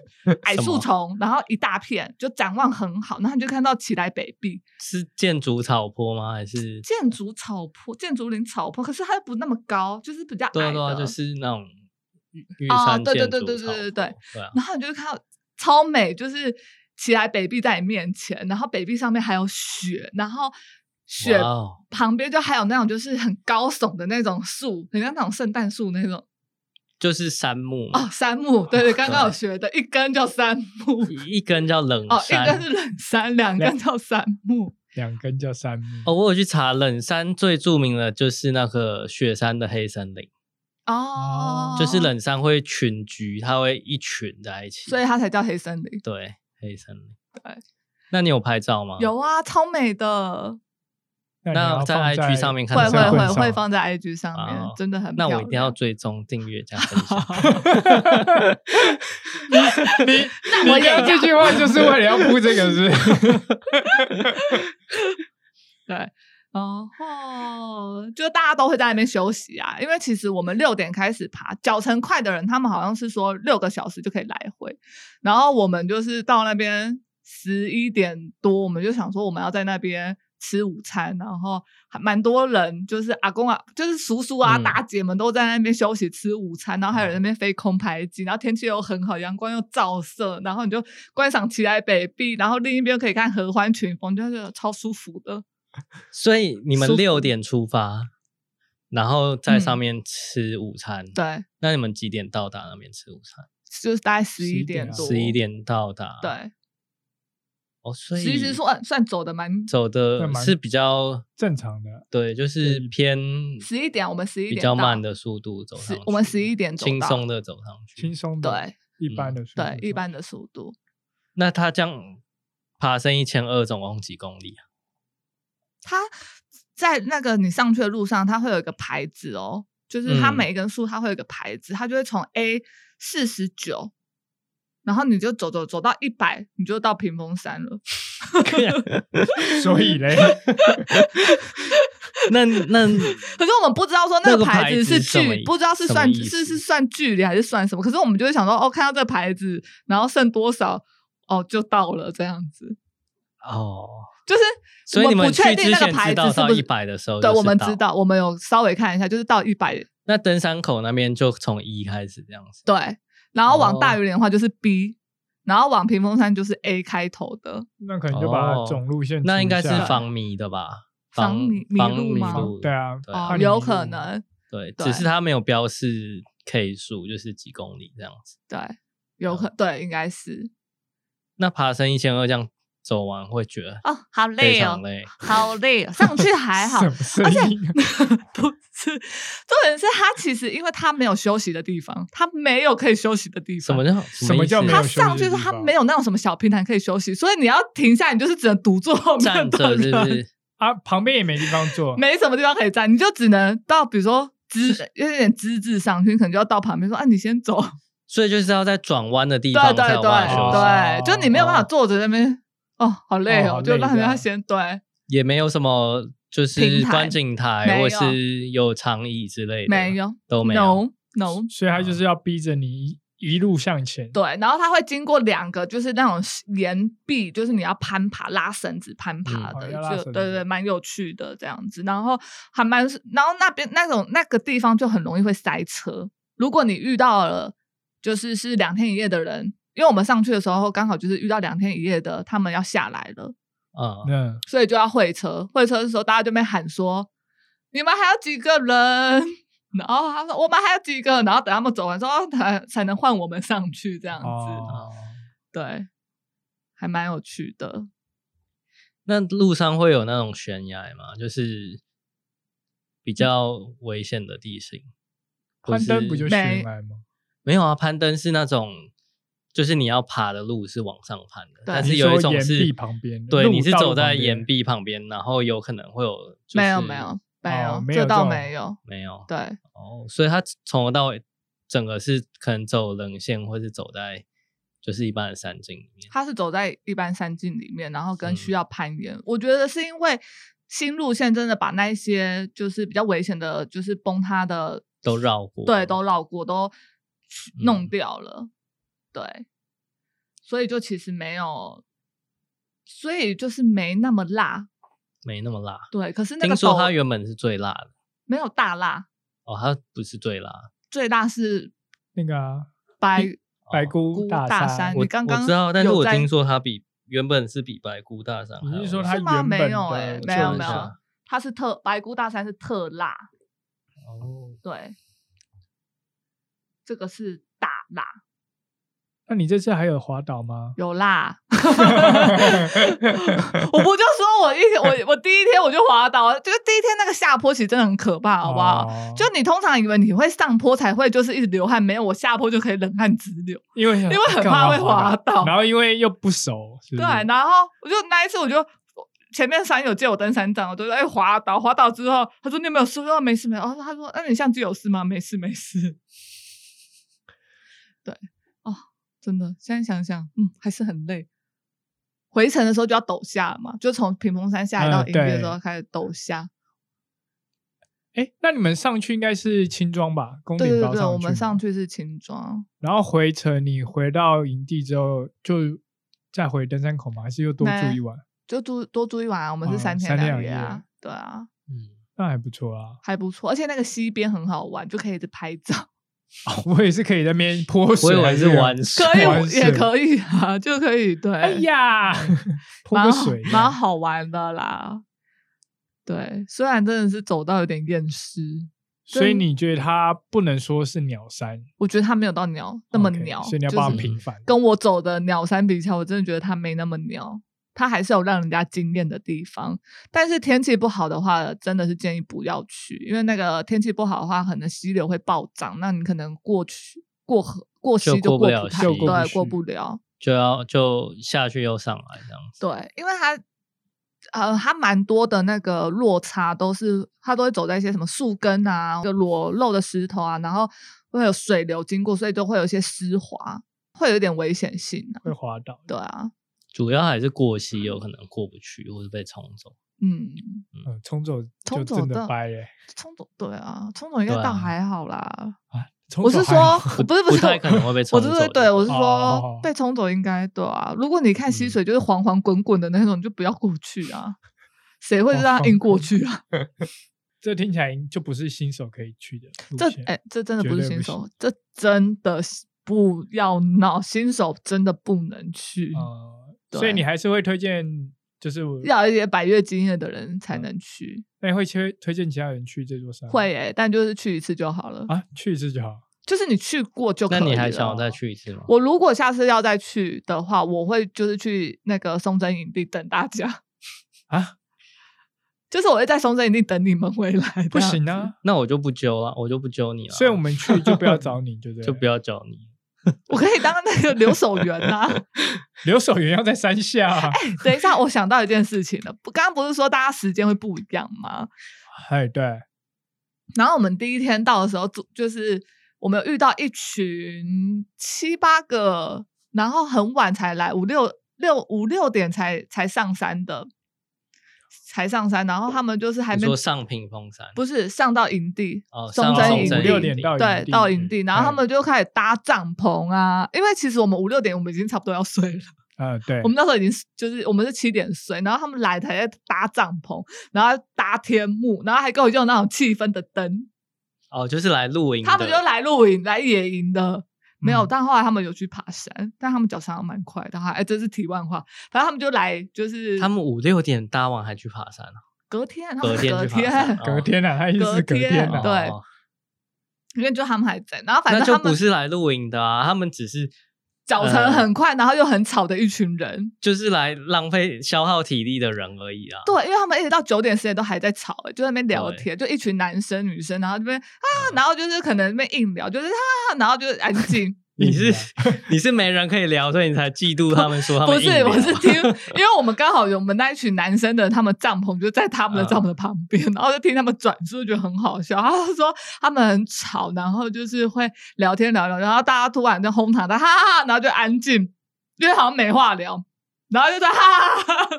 矮
什
树
么
丛，然后一大片，就展望很好，然后你就看到起来北壁
是建筑草坡吗？还是
建筑草坡、建筑林草坡，可是它又不那么高，就是比较矮的，
对啊对啊，就是那种玉玉
哦
山
对对
建
对
筑
对
草
对对对
坡对啊，
然后你就看到超美，就是起来北壁在你面前，然后北壁上面还有雪，然后雪
哇哦
旁边就还有那种就是很高耸的那种树，很像那种圣诞树那种
就是杉木嘛
哦，杉木，对对，刚刚有学的，一根叫杉 木，
一一根叫冷
哦，一
杉
根是冷杉，两
两
根叫杉木，
两根叫三木。
哦，我有去查冷杉最著名的就是那个雪山的黑森林，
哦，
就是，冷杉会群居，它会一群在一起，
所以它才叫黑森林。
对黑森林。
对，
那你有拍照吗？
有啊，超美的，
那你
那
要
在
放
IG 上面看
会
得
会
到
上
会
面
会放在 IG 上面，
哦
真的很漂
那
亮。
我一定要追踪订阅加分享。
那我
你刚
也
刚这句话就是为了要铺这个是不 是？
对，然后就大家都会在那边休息啊，因为其实我们六点开始爬，脚程快的人他们好像是说六个小时就可以来回，然后我们就是到那边十一点多，我们就想说我们要在那边。吃午餐，然后还蛮多人，就是阿公啊，就是叔叔啊、
嗯
大姐们都在那边休息吃午餐，然后还有人在那边飞空拍机，然后天气又很好，阳光又照射，然后你就观赏起来北壁，然后另一边可以看合欢群峰，就是超舒服的。
所以你们
舒服
六点出发，然后在上
嗯
面吃午餐。，
对，
那你们几点到达那边吃午餐？
就是大概十一
11点啊
多，
十一。点啊到达。，
对，
哦，所以
其实算呃算走的蛮。
走的
那蛮
是比较
正常的，
对，就是
对
偏
十一点，我们十一点
比较
到
慢的速度走上
十
去，
我们十一点走
轻
到
松的走上去
轻。松的，
对
一般的速度
对，一般的速度，
那他这样爬升一千二，总共几公里啊？
它在那个你上去的路上，它会有一个牌子哦，就是它
嗯
每一根树它会有一个牌子，它就会从 A 四十九，然后你就走走走到一百，你就到屏风山了。
啊
所以 嘞，
那那
可是我们不知道说那
那个
个
牌
牌
子
子是
是什么
距
意，
不知道是
什么
算
意
是是
思
算距离还是算什么。可是我们就会想说，哦，看到这牌子，然后剩多少，哦，就到了这样子。
哦，
就是
所以
我
你
不
们
确
去之
定那个
前
牌
知
子
道
是
到
不是
一百的时候，
对，我们知。道，我们有稍微看一下，就是到一百，
那登山口那边就从一开始这样子。
对，然后往大
哦
于岭的话就是 B，、然后往屏风山就是 A 开头的。
那可能就把
哦
总路线
那
除
应该是
下来
防迷的吧？
防
防
迷迷
防
路
迷
吗
路，
对啊
对
哦
怕，你
有
迷
可
路
能，
对，
对
只是它没有标示 K 数，就是几公里这样子。
对，有
嗯
可，对，应该是。
那爬升一千二这样走完会觉得
哦，好
非
累哦
常，累，
好累哦，上去还好
什，么声音啊？
不是，重点是他其实因为他没有休息的地方，他没有可以休息的地
什
方。
么叫
什么叫
意思啊
没
他
有休息的
上去是
地
他
方
没有那种什么小平台可以休息，所以你要停下来，你就是只能独坐后面
站
的
着
人，
是不是？
啊，旁边也没地方坐，
没什么地方可以站，你就只能到比如说资有点资质上去，你可能就要到旁边说：“啊，你先走。
所以就是要在转弯的地
对
方
对
才有
对
办法休息，
对，就你没有办法
哦
坐着那边，哦，好累
哦
哦，
好
就
累
让人
这
家
样
先对，
也没有什么就是
平台
观景台
没
或
有
是有长椅之类的，
没有
都没有。
no no，
所以他就是要逼着你一一路向前。
对，然后它会经过两个，就是那种岩壁，就是你要攀爬、拉绳子攀爬
哦
的，
要拉
就
绳
对
子
对对，蛮有趣的这样子。然后还蛮，然后那边那种那个地方就很容易会塞车。如果你遇到了就是是两天一夜的人，因为我们上去的时候刚好就是遇到两天一夜的，他们要下来了，
嗯，
嗯，
所以就要会车。会车的时候，大家就被喊说：“你们还有几个人？” 然后他说：“我们还有几个。”然后等他们走完之后，哦才才能换我们上去这样子。
哦，
对，还蛮有趣的。
那路上会有那种悬崖吗？就是比较危险的地形。
攀登不就是悬崖吗？
没有啊？攀登是那种，就是你要爬的路是往上攀的，
对
但
你
是有一
说
种
岩
是
壁旁边
对，
路
你是
道路
走在
旁边
岩壁旁边，然后有可能会有、就是
没有没有没有，
哦没有
这
这
倒
种
没有。
没有
对
哦，所以他从头到尾整个是可能走棱线，或是走在就是一般的山径里面。
他是走在一般山径里面，然后跟
嗯
需要攀岩。我觉得是因为新路线真的把那一些就是比较危险的，就是崩塌的
都绕过
对，都绕过，都去弄
嗯
掉了。对，所以就其实没有，所以就是没那么辣。
没那么辣。
对，可是那个
听说
陡
它原本是最辣的
没有大辣，
哦，它不是最辣，
最辣是
嗯
那个啊
白
白姑
哦姑
大
大
山
山
哦我
你刚刚
我知道，但是
有
我
在
听说他比原本是比白姑大山还
你
要辣，
是说他
是吗
原
没
本
有
的
欸
我
没
查
有
一
没有
下
它是特白姑大山是特辣，
哦，
对，这个是大辣，
那你这次还有滑倒 吗？
有辣。我不就说我一天我我第一天我就滑倒了，就是第一天那个下坡其实真的很可怕，好不好？
哦
就你通常以为你会上坡才会就是一直流汗，没有我下坡就可以冷汗直流。
因为因
因为很怕会滑倒
然后因为又不熟，是不
对，
是
然后我就那一次我就前面山友借我登山杖，我就说哎滑倒，滑倒之后他说你有没有事？我说没事没事。哦，他说那你相机有事吗？没事没事。 对，哦，真的，现在想想，嗯，还是很累。回程的时候就要抖下嘛，就从屏风山下来
嗯
到营地的
对
时候开始抖下。
哎，那你们上去应该是轻装吧？攻
对
顶
对
包
对，
上
我们
嘛
上，去是轻装，
然后回程你回到营地之后就再回登山口吗？还是又多
没
住一晚？
就住多住一晚啊、我们
哦
是三
三
天
天
两
两夜
啊，对啊，
嗯，
那还不错啊。
还不错，而且那个溪边很好玩，就可以一直拍照。
我也是可以在那边泼
我
水，
以为是玩水，
可
玩
以，也
水
可以啊，就可以对。
哎， 呀，泼
蛮
个
好
水这
蛮
样，
好玩的啦。对，虽然真的是走到有点厌世，
所以
真
你觉得它不能说是鸟山
我觉得它没有到鸟那么鸟
o k 所以你要
就
帮它
是
平反。
跟我走的鸟山比起来，我真的觉得它没那么鸟，它还是有让人家惊艳的地方。但是天气不好的话，真的是建议不要去，因为那个天气不好的话，可能溪流会暴涨，那你可能过去过河过溪就
就过不
过
了
太，
溪
对，
过
过
不
不了。
就要就下去又上来这样子。
对，因为它呃，它蛮多的那个落差都是它都会走在一些什么树根啊、就裸露的石头啊，然后会有水流经过，所以就会有一些湿滑，会有点危险性啊。
会滑倒，
对啊，
主要还是过溪有可能过不去，或是被冲走。
嗯，
嗯，冲走就
冲走
真的
到
掰嘞
冲总对啊，冲总应该
对啊
倒还好啦。
啊！冲
我
走
是
还好
说，不是是，
不太可能会被
我
冲
就
走
是
的。
对，我是
哦哦
说
哦
被冲走应该对啊。如果你看溪
嗯
水就是黄黄滚滚的那种，你就不要过去 啊。谁会
黄
让它
黄
硬过去啊？
这听起来就不是新手可以去的路
这
线
哎、这真的
绝
不是
对
新
不
手，这真的是不要闹，新手真的不能去，
哦
呃，
嗯对
所以你还是会推荐，就是我
要有一些百越经验的人
嗯
才能去。
那你会推推荐其他人去这座山吗？
会哎、但就是去一次就好了，
啊，去一次就好。
就是你去过就可
那
以了。哦
你还想要再？去一次吗？
我如果下次要再去的话，我会就是去那个松针营地等大家，
啊，
就是我会在松针营地等你们回来。 这
不
样
行
子，
啊！
那我就不揪了，我就不揪你了。
所以我们去就不要找你， 对不对？
就不要找你。
我可以当那个留守员 呐、
留守员要在山下啊。
等一下，我想到一件事情了，不刚刚不是说大家时间会不一样吗？
哎，对，
然后我们第一天到的时候，就就是我们有遇到一群七八个，然后很晚才来，五六六五六点才才上山的，才上山。然后他们就是还
你
没
说上屏风山
不是上到营地，
哦，
松
上
针
松
营
针
地
5-6点到营
对
地嗯
到
对
营
嗯
地，然后他们就开始搭帐篷啊。因为其实我们五六点我们已经差不多要睡了，
啊，对
我，们那时候已经就是我们是七点睡，然后他们来才在搭帐篷，然后搭天幕，然后还给我用那种气氛的灯。
哦，就是来露营的。
他们就来露营、来野营的。没有，
嗯
但后来他们有去爬山，但他们脚伤蛮快的哈。哎，这是题外话。反正他们就来，就是
他们五六点搭完还去爬山啊，
隔天，他
隔
们
天
隔
去爬山
天
哦，
隔天啊，他意思是隔
隔天
天
哦
啊，
对因为就他们还在。然后反
那
正
就
他
不
们
是呃来露营的啊，他们只是
脚程很快，然后又很吵的一群人。
就是来浪费消耗体力的人而已啊。
对，因为他们一直到九点十点都还在吵，哎就在那边聊
对嗯
天，就一群男生女生，然后这边啊，然后就是可能那边硬聊，就是啊，然后就是安静。
你是
硬
你是没人可以聊，所以你才嫉妒他们说他们
不是
硬，聊啊
我是 听，因为我们刚好有我们那一群男生的，他们帐篷就在他们的帐篷的旁边，
嗯
然后就听他们转述，觉得很好笑。他就说他们很吵，然后就是会聊天聊聊，然后大家突然就哄堂的哈哈哈，然后就安静，因为好像没话聊，然后就在哈哈哈哈，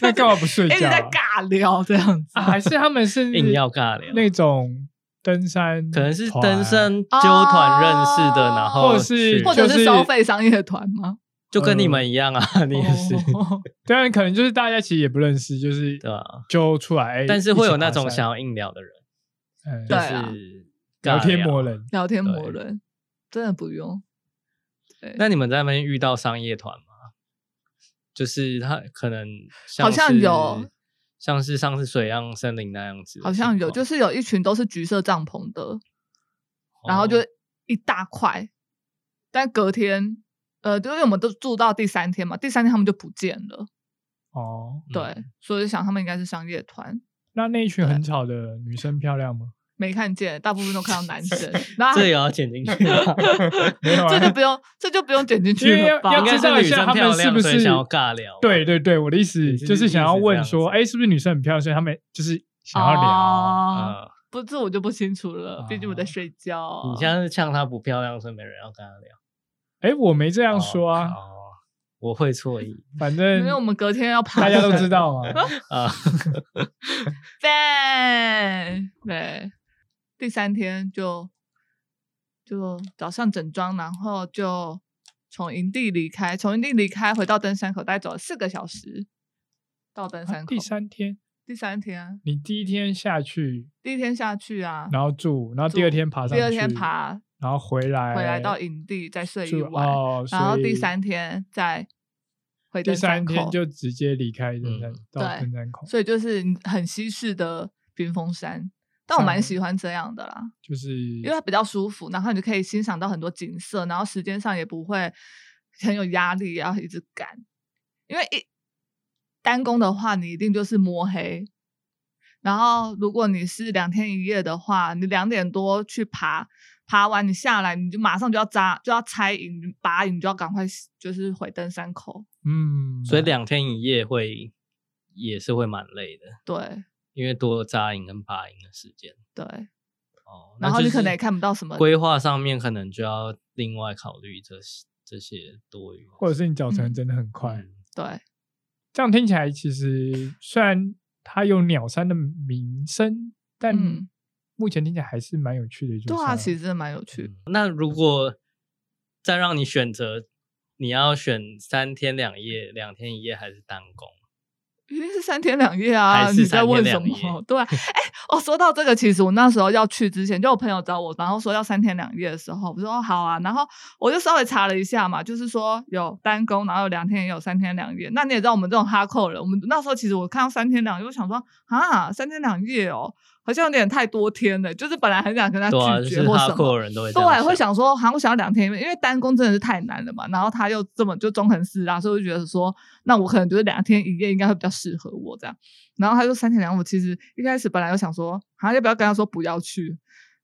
那干嘛不睡
一直
觉
在
啊？
尬聊这样子。
啊还是他们是
硬要尬聊。
那种登山团，
可能是登山纠团认识的，
哦
然后
或者是嗯
去
或者
就是
是消费商业团吗？
就跟你们一样啊，你也是
哦
当然可能就是大家其实也不认识，就是
对吧？
揪出来，哎
但是会有那种
一起爬
想
山
要硬聊的人，
哎
就
对啊
是
聊
尬
天魔人，
聊天魔
对
人真的不用。对
那你们在那边遇到商业团吗？就是他可能
好像
是
有，
像是上次水漾森林那样子的情况，
好像有，就是有一群都是橘色帐篷的，然后就
哦
一大块，但隔天，呃，因为我们都住到第三天嘛，第三天他们就不见了，
哦，
对，
嗯
所以我就想他们应该是商业团，
那那一群很吵的女生漂亮 吗？
没看见，大部分都看到男 生，那
这也要剪进 去吗，
没有啊
这就不用，这就不用剪进
因
去
为
了吧？
要
应该
知道
是女
一下
生
他
漂
们是
亮，
不
所以
是
想要尬聊。
对对对，我的意思
是
就是想要问说，
意思是这样
哎，是不是女生很漂亮？所以他们就是想要聊。
哦
呃，
不，这我就不清楚了，毕竟我在
哦
睡觉。
嗯你现在是呛她不漂亮，所以没人要跟她聊。
哎，我没
这
这样说啊，
哦，我会错意
反
因
正
为我们隔天要爬
大家都知 道嘛。
啊。
对对，第三天就就早上整装，然后就从营地离开，从营地离开回到登山口，大概走了四个小时到登山口。
啊第三天，
第三天，
你第一天下去，
第一天下去啊，
然后住，然后第二天爬上去，
第二天，爬
然后回来，
回来到营地再睡一
住
晚，
哦
然后
所以
第三天再回
第
登
三
山口。
天就直接离开登山
嗯
到
对
登山口，
所以就是很西式的冰峰山，但我蛮
嗯
喜欢这样的啦。
就是
因为它比较舒服，然后你就可以欣赏到很多景色，然后时间上也不会很有压力，然后一直赶。因为一单工的话，你一定就是摸黑。然后如果你是两天一夜的话，你两点多去爬，爬完你下来，你就马上就要扎，就要拆营、拔营，你就要赶快就是回登山口。
嗯，
所以两天一夜会也是会蛮累的，
对
因为多扎营跟拔营的时间。
对，
哦，
然
那
后
就
你可
是
能也看不到什么
规划上面，可能就要另外考虑这些这些多余的事，
或者是你脚程真的很快，
嗯
对
这样听起来其实虽然它有鸟山的名声，但
嗯
目前听起来还是蛮有趣的一座
对
山
啊，
啊。
其实真的蛮有趣。
嗯那如果再让你选择，你要选三天两夜、两天一夜还是单工？
一定是三天两夜啊！
还是
你在
三天
问什
两
么
夜？
对啊，哎、哦，说到这个，其实我那时候要去之前，就有朋友找我，然后说要三天两夜的时候，我说哦好啊，然后我就稍微查了一下嘛，就是说有单工，然后有两天也有三天两夜。那你也知道我们这种哈扣人，我们那时候其实我看到三天两夜，我想说啊，三天两夜哦，好像有点太多天了，就是本来很想跟他
对啊，就
拒绝
是
或
哈
什么。
扣人都会这样
对，会想说，好像我想要两天一夜，因为单工真的是太难了嘛。然后他又这么就中横四啊，所以我就觉得说，那我可能就是两天一夜应该会比较适合我这样。然后他就三天两夜，我其实一开始本来就想说，啊，要不要跟他说不要去？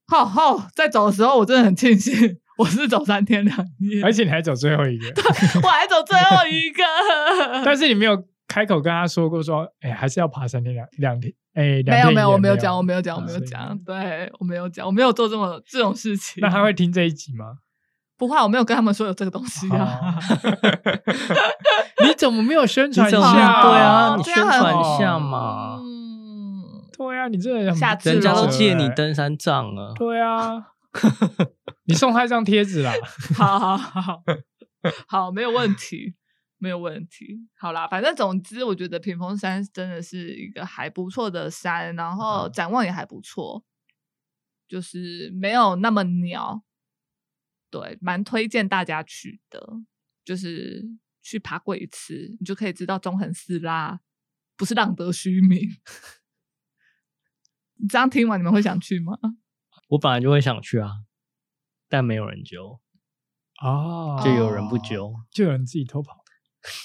好好，在走的时候我真的很庆幸，我是走三天两夜，
而且你还走最后一个，
我还走最后一个。
但是你没有开口跟他说过说，哎，还是要爬三天两两天，哎，两
没有
天一
没有，
夜
我没有讲，我没有讲，我
啊
没有
所以
讲，对我没有讲，我没有做这么这种事情。
那他会听这一集 吗？
不怕，我没有跟他们说有这个东西啊。
哦你怎么没有宣传一下？
你怎么对啊你
这样
宣传
很
一下
啊
嘛
啊嗯，
对啊，你这人很
下次
人家
咯
都借你
哎
登山杖了，
对啊， 你送他一张贴纸啦。
好好好好，好，没有问题，没有问题。好啦，反正总之，我觉得屏风山真的是一个还不错的山，然后展望也还不错，就是没有那么鸟。对，蛮推荐大家去的，就是去爬过一次，你就可以知道中横寺啦，不是浪得虚名。 你这样听完，你们会想去吗？
我本来就会想去啊，但没有人揪，
哦
就有人不揪。
就有人自己偷跑。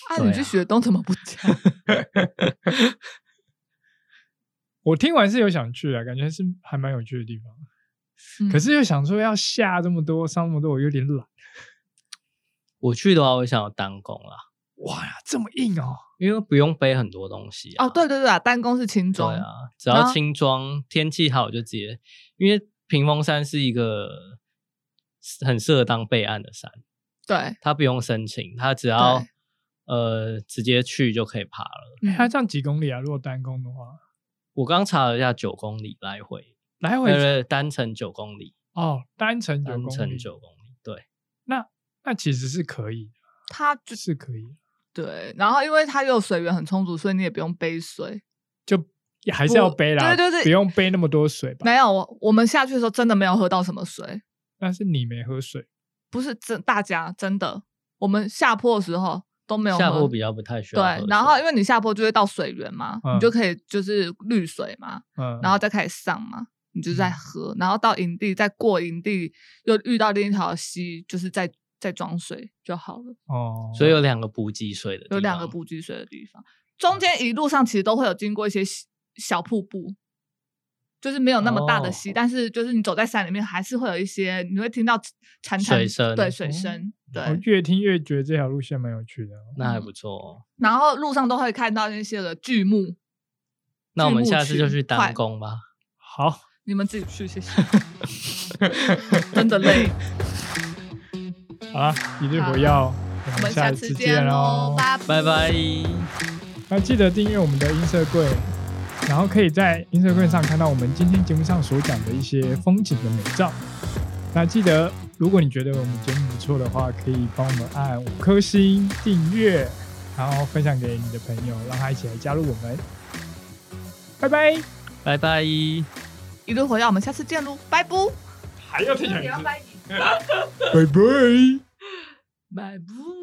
啊，
对
你去
啊
雪东怎么不 讲？
我听完是有想去啊的，感觉是还蛮有趣的地方。可
嗯
是又想说要下这么多，上这么多，我有点懒。
我去的话，我想要单工啦，
哇，这么硬哦！
因为不用背很多东西、啊。
哦，对对对啊，单工是轻
对
装，
啊，只
然
要
后
轻装，天气好就直接，因为屏风山是一个很适合当备案的山，
对
它不用申请，它只要
对
呃直接去就可以爬了。
嗯
它这样几公里啊？如果单攻的话，
我刚查了一下，九公里来回，
来
呃，
回
不是单程九公里，
哦，单程九
单
公
程
里，
九公里，对，
那那其实是可以的，
它就是
可以的，
对，然后因为它又有水源很充足，所以你也不用背水。
就也还是要
不
背啦，
对对对
不用背那么多水吧？
没有，我我们下去的时候真的没有喝到什么水，
但是你没喝水，
不是真大家真的，我们下坡的时候都没有
下
喝
坡比较不太需要喝水。
对，然后因为你下坡就会到水源嘛，
嗯
你就可以就是滤水嘛，
嗯，
然后再开始上嘛，你就
嗯
在喝，然后到营地再过营地，又遇到另一条溪，就是再再装水就好了。
哦，
所以有两个补给水的地方，
有两个补给水的地方，中间一路上其实都会有经过一些小小瀑布，就是没有那么大的溪，
哦
但是就是你走在山里面，还是会有一些，你会听到潺潺
水声
对水
哦
声，
我
对。
越听越觉得这条路线蛮有趣的哦。
那还不错哦。
然后路上都会看到那些的巨木，
那我们下次就
巨
去
木群快
单工吧。
好，
你们自 己去，谢谢。真的累，
好啦，一日火药，哦我
嗯我们下
下
次
见
见喽
喽，，
拜
拜
拜。
那记得订阅我们的音色柜，然后可以在音色柜上看到我们今天节目上所讲的一些风景的美照。那记得，如果你觉得我们节目不错的话，可以帮我们按五颗星订阅，然后分享给你的朋友，让他一起来加入我们。拜拜，
拜拜。
一路回到我们下次见喽，拜 拜，
还要听
拜拜，
拜拜。
拜拜。